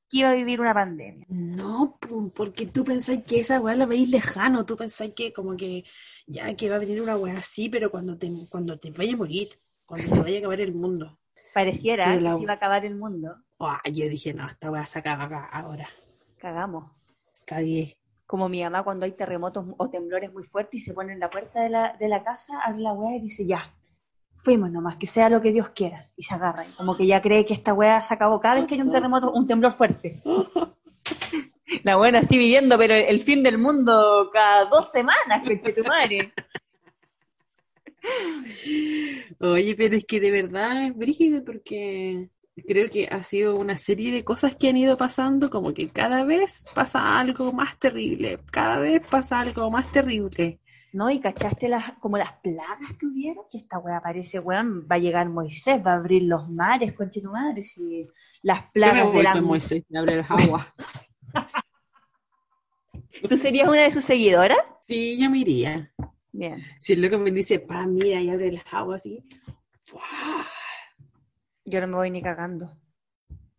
Speaker 4: que iba a vivir una pandemia.
Speaker 1: No, pu, porque tú pensás que esa weá la veis lejano, tú pensás que como que ya que va a venir una weá así, pero cuando te, cuando te vaya a morir, cuando se vaya a acabar el mundo.
Speaker 4: Pareciera
Speaker 1: Pero la-
Speaker 4: que se iba a acabar el mundo.
Speaker 1: Ah, yo dije, no, esta weá se acaba acá, ahora.
Speaker 4: Cagamos.
Speaker 1: Cagué.
Speaker 4: como mi mamá cuando hay terremotos o temblores muy fuertes y se pone en la puerta de la, de la casa, abre la weá y dice, ya, fuimos nomás, que sea lo que Dios quiera. Y se agarra, y como que ya cree que esta weá se acabó cada vez que hay un terremoto, un temblor fuerte. La buena estoy viviendo, pero el fin del mundo cada dos semanas, conchetumare.
Speaker 1: Oye, pero es que de verdad es brígido porque creo que ha sido una serie de cosas que han ido pasando, como que cada vez pasa algo más terrible, cada vez pasa algo más terrible.
Speaker 4: No, y cachaste las, como las plagas que hubieron, que esta weá parece, weón, va a llegar Moisés, va a abrir los mares, conche tu madre, si las
Speaker 1: Yo me
Speaker 4: plagas de
Speaker 1: voy
Speaker 4: la...
Speaker 1: con Moisés a abrir el agua.
Speaker 4: ¿Tú serías una de sus seguidoras?
Speaker 1: Sí, yo me iría.
Speaker 4: Bien.
Speaker 1: Si el loco me dice, pa, mira, y abre el agua así, ¡fua!
Speaker 4: Yo no me voy ni cagando.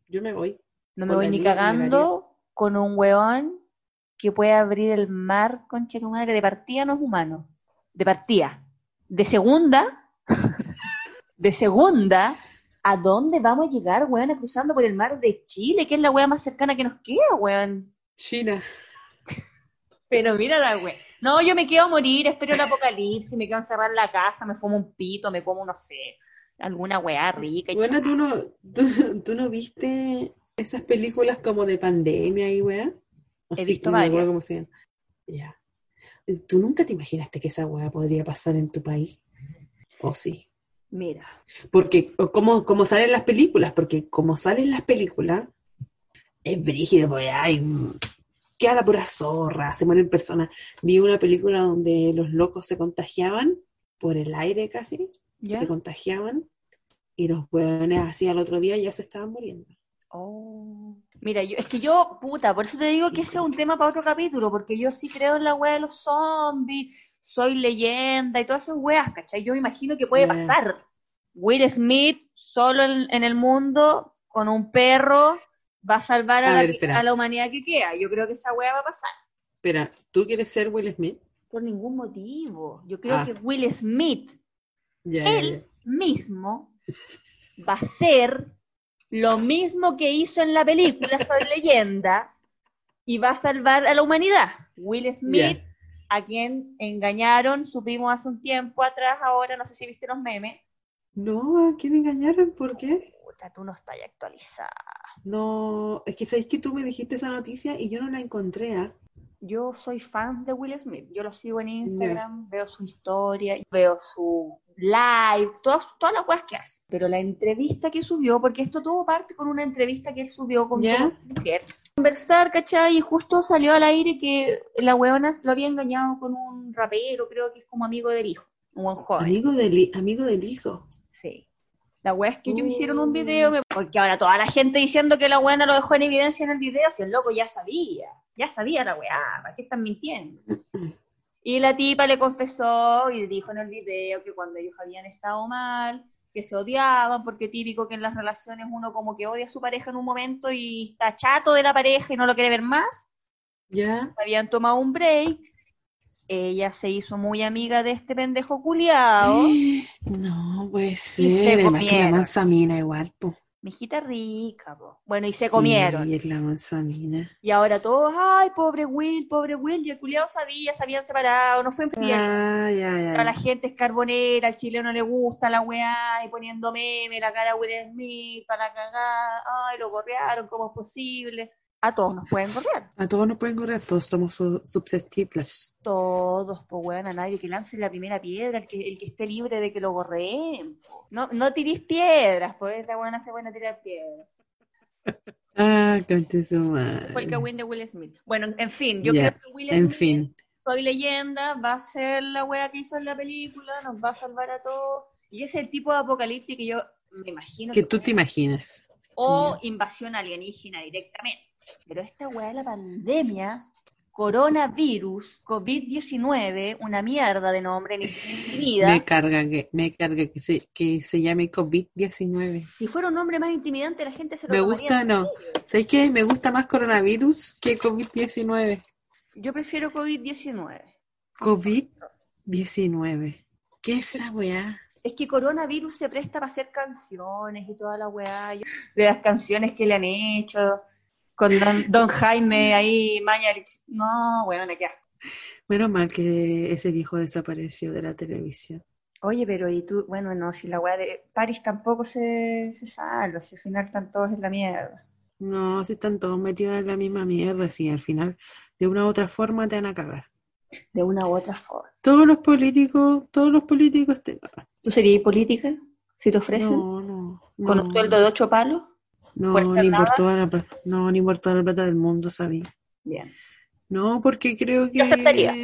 Speaker 1: yo me voy.
Speaker 4: No me
Speaker 1: Con
Speaker 4: voy
Speaker 1: la
Speaker 4: ni
Speaker 1: niña
Speaker 4: cagando con un weón que puede abrir el mar, conche tu madre, de partida no es humano. De partida. De segunda, de segunda, ¿a dónde vamos a llegar, weón, cruzando por el mar de Chile, que es la weá más cercana que nos queda, weón?
Speaker 1: China.
Speaker 4: Pero mira la wea. No, yo me quedo a morir, espero el apocalipsis, me quedo a encerrar en la casa, me fumo un pito, me como, no sé, alguna weá rica. y
Speaker 1: Bueno,
Speaker 4: chao.
Speaker 1: ¿tú no, tú, tú no viste esas películas como de pandemia y weá?
Speaker 4: He
Speaker 1: Así,
Speaker 4: visto
Speaker 1: no me acuerdo
Speaker 4: varias.
Speaker 1: cómo se llama. Ya. ¿Tú nunca te imaginaste que esa weá podría pasar en tu país? ¿O sí?
Speaker 4: Mira,
Speaker 1: Porque, o como, como salen las películas, porque como salen las películas, es brígido, porque hay, queda la pura zorra, se mueren personas. Vi una película donde los locos se contagiaban por el aire casi,
Speaker 4: ¿ya?
Speaker 1: se contagiaban, y los hueones así al otro día ya se estaban muriendo.
Speaker 4: Oh. Mira, yo, es que yo, puta, por eso te digo que ese es un tema para otro capítulo, porque yo sí creo en la wea de los zombies, soy leyenda y todas esas weas, ¿cachai? Yo me imagino que puede
Speaker 1: Ya.
Speaker 4: pasar. Will Smith, solo en, en el mundo, con un perro, va a salvar a,
Speaker 1: A
Speaker 4: la,
Speaker 1: ver,
Speaker 4: que-
Speaker 1: espera.
Speaker 4: a la humanidad que queda. Yo creo que esa wea va a pasar.
Speaker 1: Espera, ¿tú quieres ser Will Smith?
Speaker 4: Por ningún motivo. Yo creo
Speaker 1: Ah.
Speaker 4: que Will Smith
Speaker 1: Ya, ya,
Speaker 4: él mismo va a hacer lo mismo que hizo en la película Soy leyenda y va a salvar a la humanidad. Will Smith,
Speaker 1: Ya.
Speaker 4: a quien engañaron, supimos hace un tiempo atrás, ahora no sé si viste los memes.
Speaker 1: No, ¿a quién engañaron? ¿Por qué?
Speaker 4: Puta, tú no estás ya actualizada.
Speaker 1: No, es que sabes que tú me dijiste esa noticia y yo no la encontré, ¿ah?
Speaker 4: Yo soy fan de Will Smith. Yo lo sigo en Instagram, veo su historia, veo su live, todas, todas las cosas que hace. Pero la entrevista que subió, porque esto todo parte con una entrevista que él subió con
Speaker 1: Ya.
Speaker 4: una mujer. Conversar, ¿cachai? Y justo salió al aire que la weona lo había engañado con un rapero, creo que es como amigo del hijo, un buen joven.
Speaker 1: Amigo del, hi- amigo del hijo.
Speaker 4: Sí. La wea es que ellos hicieron un
Speaker 1: Mm.
Speaker 4: video, me- porque ahora toda la gente diciendo que la wea no lo dejó en evidencia en el video, si el loco ya sabía, ya sabía la weá, ¿para qué están mintiendo? Y la tipa le confesó y dijo en el video que cuando ellos habían estado mal, que se odiaban, porque típico que en las relaciones uno como que odia a su pareja en un momento y está chato de la pareja y no lo quiere ver más
Speaker 1: ¿Ya?
Speaker 4: habían tomado un break, ella se hizo muy amiga de este pendejo culiao,
Speaker 1: No, puede
Speaker 4: se
Speaker 1: ser. Además que la
Speaker 4: comieron.
Speaker 1: manzamina igual, po.
Speaker 4: mijita rica, po. bueno, y se
Speaker 1: Sí,
Speaker 4: comieron.
Speaker 1: es la manzamina.
Speaker 4: Y ahora todos, ay, pobre Will, pobre Will, y el culiao sabía, se habían separado, no fue en fiesta.
Speaker 1: Ah, ya, ya,
Speaker 4: Ahora la
Speaker 1: ya.
Speaker 4: gente es carbonera, al chileno le gusta la weá, y poniendo meme, la cara a Will Smith, para la cagada, ay, lo correaron, ¿cómo es posible? A todos nos pueden correr,
Speaker 1: A todos nos pueden correr, todos somos su- susceptibles.
Speaker 4: todos, pues weón, a nadie que lance la primera piedra, el que, el que esté libre de que lo correen. po. No, no tirís piedras, pues esta weá no se puede tirar piedras.
Speaker 1: Ah, cante su madre.
Speaker 4: Fue el cagüín de Will Smith. Bueno, en fin, yo
Speaker 1: Ya,
Speaker 4: creo que Will
Speaker 1: En
Speaker 4: Smith,
Speaker 1: fin.
Speaker 4: soy leyenda, va a ser la wea que hizo en la película, nos va a salvar a todos. Y ese es el tipo de apocalipsis que yo me imagino
Speaker 1: Que
Speaker 4: que
Speaker 1: tú te
Speaker 4: puede-
Speaker 1: imaginas.
Speaker 4: o invasión alienígena directamente. Pero esta weá de la pandemia, coronavirus, COVID-19, una mierda de nombre ni ni vida.
Speaker 1: Me carga que, me carga que se, que se llame COVID-19.
Speaker 4: Si fuera un nombre más intimidante, la gente se lo
Speaker 1: Me
Speaker 4: tomaría
Speaker 1: gusta,
Speaker 4: en
Speaker 1: no.
Speaker 4: serio.
Speaker 1: ¿Sabes qué? Me gusta más coronavirus que COVID-19.
Speaker 4: Yo prefiero COVID-19.
Speaker 1: COVID-19. ¿Qué es esa weá?
Speaker 4: Es que coronavirus se presta para hacer canciones y toda la weá. Yo- De las canciones que le han hecho, con Don, Don Jaime ahí, Mañarich. No, weón, qué asco.
Speaker 1: Menos mal que ese viejo desapareció de la televisión.
Speaker 4: Oye, pero y tú, bueno, no, si la weá de París tampoco se, se salva, si al final están todos en la mierda.
Speaker 1: No, si están todos metidos en la misma mierda, si al final de una u otra forma te van a cagar.
Speaker 4: De una u otra forma.
Speaker 1: Todos los políticos, todos los políticos te cagan.
Speaker 4: ¿Tú serías política? Si te ofrecen.
Speaker 1: No, no, No, no,
Speaker 4: con un sueldo de ocho palos.
Speaker 1: no,
Speaker 4: cuesta
Speaker 1: ni
Speaker 4: nada.
Speaker 1: por toda la plata, no, ni por toda la plata del mundo, sabía.
Speaker 4: Bien,
Speaker 1: No, porque creo que...
Speaker 4: aceptaría.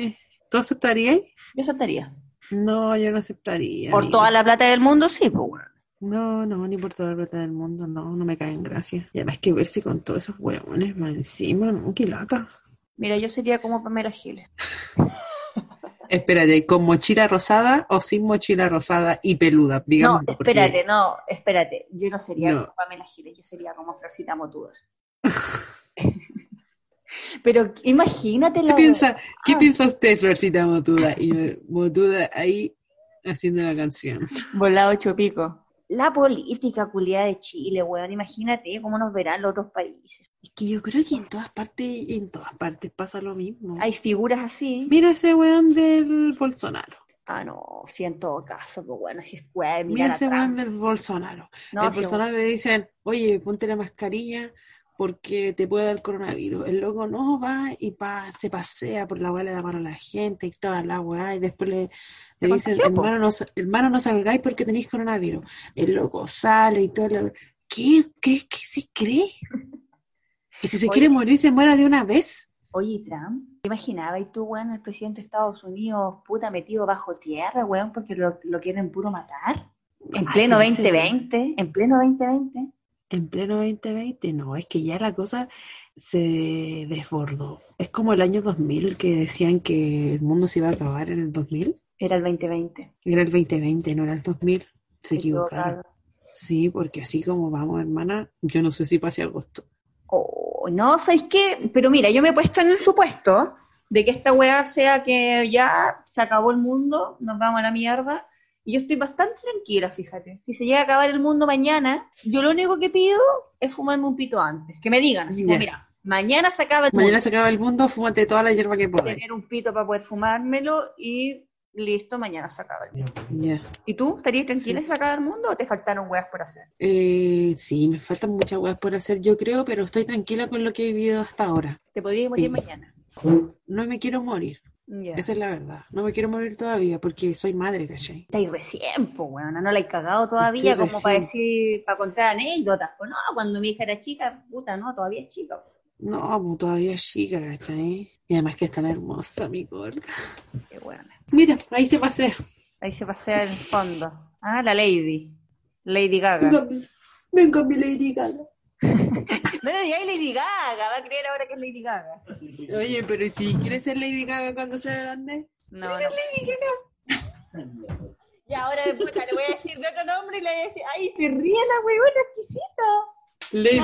Speaker 1: ¿Tú aceptarías?
Speaker 4: yo aceptaría.
Speaker 1: No, yo no aceptaría.
Speaker 4: Por
Speaker 1: ni-
Speaker 4: toda la plata del mundo, sí, pues, weón.
Speaker 1: No, no, ni por toda la plata del mundo, no, no me caen gracias. Y además que verse con todos esos huevones más encima, no, qué lata.
Speaker 4: Mira, yo sería como Pamela Giles.
Speaker 1: Espérate, ¿con mochila rosada o sin mochila rosada y peluda?
Speaker 4: No,
Speaker 1: Digamos,
Speaker 4: espérate, no, espérate. Yo no sería
Speaker 1: No.
Speaker 4: como Pamela Giles, yo sería como Florcita Motuda. Pero imagínate
Speaker 1: ¿Qué
Speaker 4: la
Speaker 1: piensa, ¿qué
Speaker 4: Ah.
Speaker 1: piensa usted, Florcita Motuda? Y yo, Motuda ahí haciendo la canción.
Speaker 4: volado ocho pico. La política culiada de Chile, weón, imagínate cómo nos verán los otros países.
Speaker 1: Es que yo creo que en todas partes, en todas partes pasa lo mismo.
Speaker 4: Hay figuras así.
Speaker 1: Mira ese weón del Bolsonaro.
Speaker 4: Ah, no, sí, en todo caso, pues bueno, si es cueva,
Speaker 1: Mira
Speaker 4: mira
Speaker 1: ese
Speaker 4: atrás.
Speaker 1: weón del Bolsonaro.
Speaker 4: No,
Speaker 1: Al
Speaker 4: sí, weón.
Speaker 1: personal le dicen, oye, ponte la mascarilla porque te puede dar coronavirus. El loco no va y pa- se pasea por la hueá, le da mano a la gente y toda la hueá. Y después le, le dicen,
Speaker 4: contagió, po.
Speaker 1: hermano no, sa- hermano, no salgáis porque tenéis coronavirus. El loco sale y todo. lo- ¿Qué, qué, qué se cree? ¿Que si se
Speaker 4: Oye.
Speaker 1: quiere morir, se muera de una vez?
Speaker 4: Oye, Trump, ¿te imaginabas y tú, weón, el presidente de Estados Unidos, puta, metido bajo tierra, weón, porque lo, lo quieren puro matar? En
Speaker 1: Ay,
Speaker 4: pleno
Speaker 1: ¿qué dice,
Speaker 4: 2020, en pleno 2020.
Speaker 1: En pleno 2020, no, es que ya la cosa se desbordó. Es como el año 2000 que decían que el mundo se iba a acabar en el 2000.
Speaker 4: Era el 2020.
Speaker 1: Era el 2020, no era el 2000. Se equivocaron.
Speaker 4: equivocaron.
Speaker 1: Sí, porque así como vamos, hermana, yo no sé si pase agosto.
Speaker 4: Oh, no, ¿sabes qué? Pero mira, yo me he puesto en el supuesto de que esta weá sea que ya se acabó el mundo, nos vamos a la mierda. Y yo estoy bastante tranquila, fíjate. Si se llega a acabar el mundo mañana, yo lo único que pido es fumarme un pito antes. Que me digan, así como,
Speaker 1: Ya.
Speaker 4: mira, mañana se acaba el mundo.
Speaker 1: Mañana se acaba el mundo, fúmate toda la hierba que puedas.
Speaker 4: tener un pito para poder fumármelo y listo, mañana se acaba el mundo.
Speaker 1: Ya.
Speaker 4: ¿Y tú? ¿Estarías tranquila
Speaker 1: Sí.
Speaker 4: si se acaba el mundo o te faltaron weas por hacer?
Speaker 1: Eh, sí, me faltan muchas cosas por hacer, yo creo, pero estoy tranquila con lo que he vivido hasta ahora.
Speaker 4: Te podrías morir
Speaker 1: Sí.
Speaker 4: mañana.
Speaker 1: No me quiero morir,
Speaker 4: Ya.
Speaker 1: esa es la verdad. No me quiero morir todavía porque soy madre, ¿cachai?
Speaker 4: Estáis recién, pues, weona, no la he cagado todavía
Speaker 1: Estoy
Speaker 4: como para
Speaker 1: recién.
Speaker 4: decir, para contar anécdotas. Pues no, cuando mi hija era chica, puta, no, todavía es chica.
Speaker 1: No, pues todavía es chica, ¿cachai? Y además que es tan hermosa, mi gorda.
Speaker 4: Qué weona.
Speaker 1: Mira, ahí se pasea.
Speaker 4: Ahí se pasea el fondo. Ah, la Lady. Lady Gaga. No,
Speaker 1: Venga, venga, mi Lady Gaga.
Speaker 4: le digáis Lady Gaga, va a creer ahora que es Lady Gaga.
Speaker 1: Oye, pero ¿y si quieres ser Lady Gaga cuando sea grande?
Speaker 4: No, no. Y ahora después le voy a decir de otro nombre y le voy a decir, ay, se ríe la weona exquisita.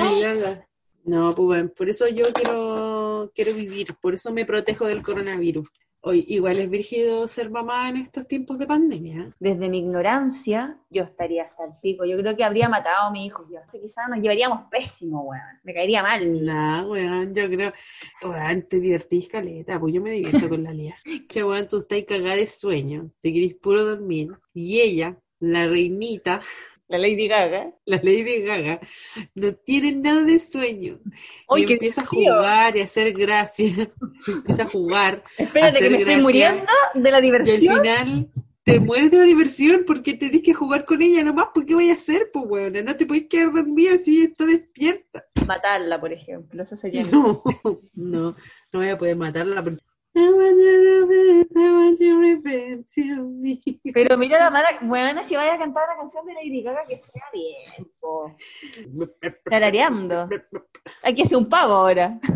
Speaker 1: Lady Gaga. No, pues bueno, por eso yo quiero, quiero vivir, por eso me protejo del coronavirus. Hoy, igual es virgido ser mamá en estos tiempos de pandemia.
Speaker 4: Desde mi ignorancia, yo estaría hasta el pico. Yo creo que habría matado a mi hijo. Yo no sé, quizás nos llevaríamos pésimo, weón. Me caería mal. mi hija.
Speaker 1: Nah, weón, yo creo, weón, te divertís caleta, pues yo me divierto con la Lía. Che, weón, tú estás cagada de sueño, te querís puro dormir, y ella, la reinita,
Speaker 4: La Lady Gaga.
Speaker 1: la Lady Gaga, no tiene nada de sueño.
Speaker 4: Ay,
Speaker 1: y
Speaker 4: qué
Speaker 1: empieza a
Speaker 4: divertido.
Speaker 1: jugar y a hacer gracia. empieza a jugar.
Speaker 4: Espérate que
Speaker 1: hacer
Speaker 4: me estoy
Speaker 1: gracia.
Speaker 4: muriendo de
Speaker 1: Y
Speaker 4: la
Speaker 1: al
Speaker 4: diversión.
Speaker 1: final te mueres de la diversión porque tenés que jugar con ella nomás. ¿Por qué voy a hacer, pues, weona? No te podés quedar dormida si está despierta.
Speaker 4: Matarla, por ejemplo. Eso sería.
Speaker 1: No, no, no voy a poder matarla porque. I want your revenge, I want your revenge on me.
Speaker 4: Pero mira la mala. Bueno, si vaya a cantar una canción de Lady Gaga, que sea bien, po. Tarareando. Hay que hacer un pago ahora.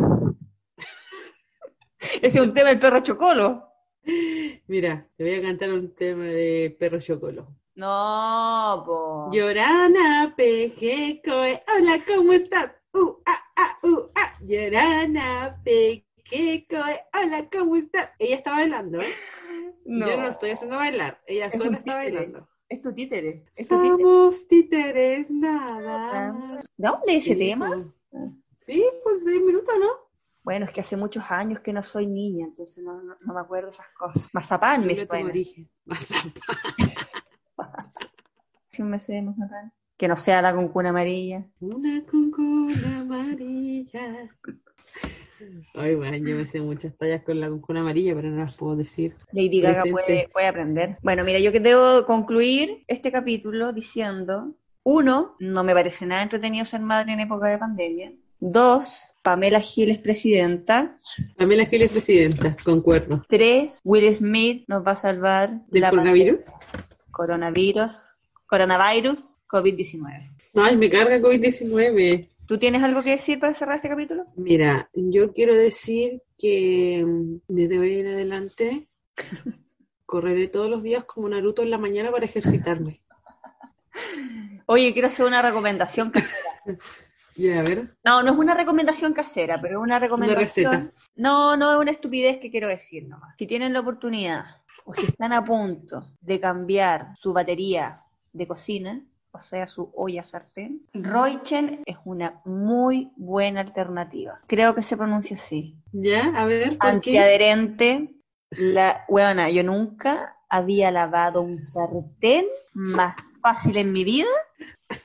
Speaker 4: Ese es un tema del perro chocolo.
Speaker 1: Mira, te voy a cantar un tema de Perro Chocolo.
Speaker 4: No, po.
Speaker 1: Llorana, pejecoe, hola, ¿cómo estás? Uh, ah, ah, uh, ah. Llorana, pejecoe, hola, ¿cómo estás? Ella está bailando. ¿eh?
Speaker 4: no.
Speaker 1: Yo no la estoy haciendo bailar. Ella
Speaker 4: Es un
Speaker 1: sola está
Speaker 4: títere.
Speaker 1: bailando.
Speaker 4: Es tu títere. Es tu títere.
Speaker 1: Somos títeres, nada más.
Speaker 4: ¿De dónde es ese
Speaker 1: Sí,
Speaker 4: tema?
Speaker 1: pues. Sí, pues de un minuto, ¿no?
Speaker 4: Bueno, es que hace muchos años que no soy niña, entonces no, no- no me acuerdo esas cosas. Mazapán Ah, me
Speaker 1: Primero tu
Speaker 4: suena.
Speaker 1: origen. Mazapán.
Speaker 4: Sí, me sé de Mazapán. Que no sea la cuncuna amarilla.
Speaker 1: Una cuncuna amarilla. Ay, bueno, yo me sé muchas tallas con la cuncuna amarilla, pero no las puedo decir.
Speaker 4: Lady Gaga
Speaker 1: Presente.
Speaker 4: puede, puede aprender. Bueno, mira, yo que debo concluir este capítulo diciendo Uno, no me parece nada entretenido ser madre en época de pandemia. Dos, Pamela Giles presidenta.
Speaker 1: Pamela Giles, presidenta, concuerdo.
Speaker 4: Tres, Will Smith nos va a salvar
Speaker 1: ¿Del coronavirus?
Speaker 4: pandemia. Coronavirus, coronavirus, COVID-19.
Speaker 1: Ay, me carga COVID-19.
Speaker 4: ¿Tú tienes algo que decir para cerrar este capítulo?
Speaker 1: Mira, yo quiero decir que mm, desde hoy en adelante correré todos los días como Naruto en la mañana para ejercitarme.
Speaker 4: Oye, quiero hacer una recomendación casera.
Speaker 1: Ya, a ver.
Speaker 4: No, no es una recomendación casera, pero es una recomendación.
Speaker 1: receta.
Speaker 4: No, no es una estupidez que quiero decir nomás. Si tienen la oportunidad o si están a punto de cambiar su batería de cocina, o sea, su olla sartén, Roichen es una muy buena alternativa. Creo que se pronuncia así.
Speaker 1: Ya, a ver, ¿por qué?
Speaker 4: Antiadherente. La huevona, yo nunca había lavado un sartén más fácil en mi vida,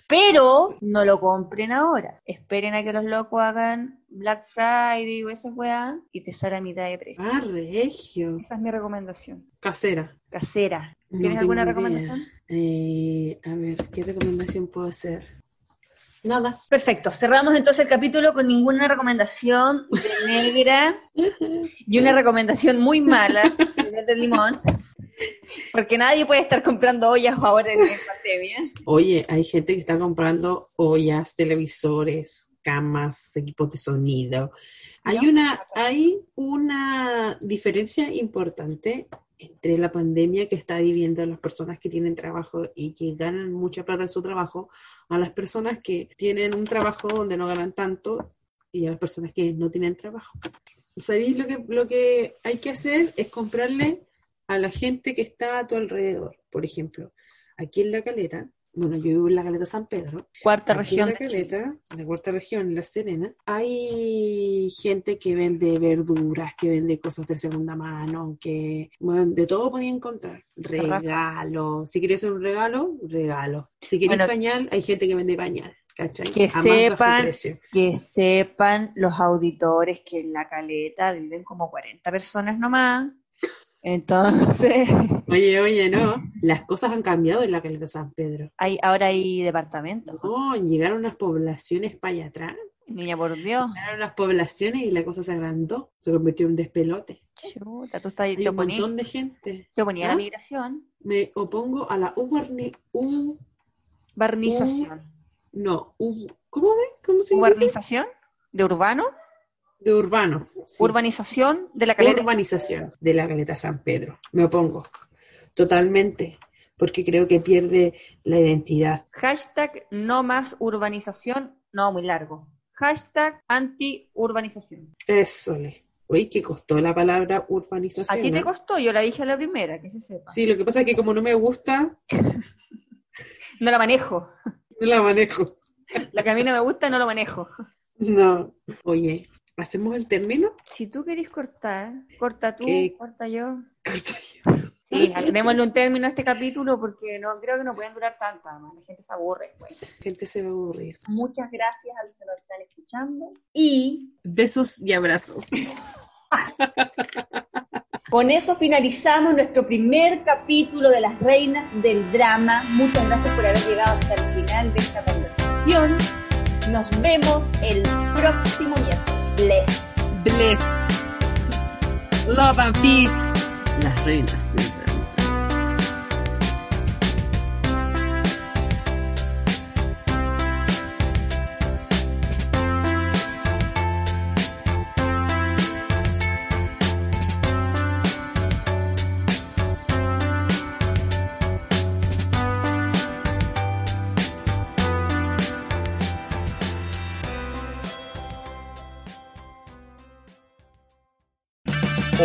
Speaker 4: pero no lo compren ahora. Esperen a que los locos hagan Black Friday o esas weas y te sale a mitad de precio.
Speaker 1: Ah, regio.
Speaker 4: Esa es mi recomendación.
Speaker 1: Casera.
Speaker 4: Casera.
Speaker 1: No
Speaker 4: ¿Tienes alguna
Speaker 1: tengo idea.
Speaker 4: recomendación?
Speaker 1: Eh, a ver, ¿qué recomendación puedo hacer? Nada.
Speaker 4: Perfecto, cerramos entonces el capítulo con ninguna recomendación de negra y una recomendación muy mala que es de limón, porque nadie puede estar comprando ollas ahora en en pandemia.
Speaker 1: Oye, hay gente que está comprando ollas, televisores, camas, equipos de sonido. Hay
Speaker 4: No,
Speaker 1: una, hay una diferencia importante entre la pandemia que está viviendo las personas que tienen trabajo y que ganan mucha plata en su trabajo, a las personas que tienen un trabajo donde no ganan tanto y a las personas que no tienen trabajo. ¿Sabéis lo que, lo que hay que hacer? Es comprarle a la gente que está a tu alrededor. Por ejemplo, aquí en La Caleta, bueno, yo vivo en La Caleta San Pedro,
Speaker 4: Cuarta
Speaker 1: Aquí
Speaker 4: región.
Speaker 1: En la
Speaker 4: de Chile.
Speaker 1: Caleta, en la cuarta región, en La Serena, hay gente que vende verduras, que vende cosas de segunda mano, que bueno, de todo podía encontrar.
Speaker 4: raja.
Speaker 1: Regalos. Si quieres un regalo, regalo. Si quieres
Speaker 4: Bueno.
Speaker 1: pañal, hay gente que vende pañal. ¿Cachai?
Speaker 4: Que
Speaker 1: A más
Speaker 4: sepan-
Speaker 1: bajo precio.
Speaker 4: Que sepan los auditores que en la caleta viven como 40 personas nomás. Entonces,
Speaker 1: Oye, oye, no. Las cosas han cambiado en la caleta San Pedro.
Speaker 4: hay, ahora hay departamentos.
Speaker 1: No, llegaron las poblaciones para allá atrás.
Speaker 4: Niña, por Dios.
Speaker 1: Llegaron las poblaciones y la cosa se agrandó. Se convirtió en un despelote.
Speaker 4: Chuta, tú estás,
Speaker 1: Hay
Speaker 4: te
Speaker 1: un
Speaker 4: oponís.
Speaker 1: montón de gente.
Speaker 4: Te oponía a
Speaker 1: ¿Ah?
Speaker 4: la migración.
Speaker 1: me opongo a la uberni- u-
Speaker 4: Barnización.
Speaker 1: no, u- ¿cómo, es? ¿Cómo se dice?
Speaker 4: urbanización de urbano,
Speaker 1: De urbano. sí.
Speaker 4: urbanización de la caleta.
Speaker 1: Urbanización de la Caleta San Pedro. Me opongo. Totalmente. Porque creo que pierde la identidad.
Speaker 4: Hashtag no más urbanización, no muy largo. Hashtag anti-urbanización.
Speaker 1: Eso le. Oye, que costó la palabra urbanización.
Speaker 4: ¿A ti te
Speaker 1: ¿no?
Speaker 4: costó? Yo la dije a la primera, que se sepa.
Speaker 1: Sí, lo que pasa es que como no me gusta,
Speaker 4: No la manejo.
Speaker 1: no la manejo.
Speaker 4: La que a mí no me gusta, no lo manejo.
Speaker 1: No. Oye, ¿hacemos el término?
Speaker 4: Si tú querés cortar, corta tú,
Speaker 1: ¿Qué?
Speaker 4: corta yo.
Speaker 1: Corta ya.
Speaker 4: Sí, démosle un término a este capítulo porque no creo que no pueden durar tanto, además la gente se aburre. pues.
Speaker 1: La gente se va a aburrir.
Speaker 4: Muchas gracias a los que nos están escuchando y
Speaker 1: Besos y abrazos.
Speaker 4: Con eso finalizamos nuestro primer capítulo de Las Reinas del Drama. Muchas gracias por haber llegado hasta el final de esta conversación. Nos vemos el próximo miércoles.
Speaker 1: Bless. Love and peace. Las reinas del drama.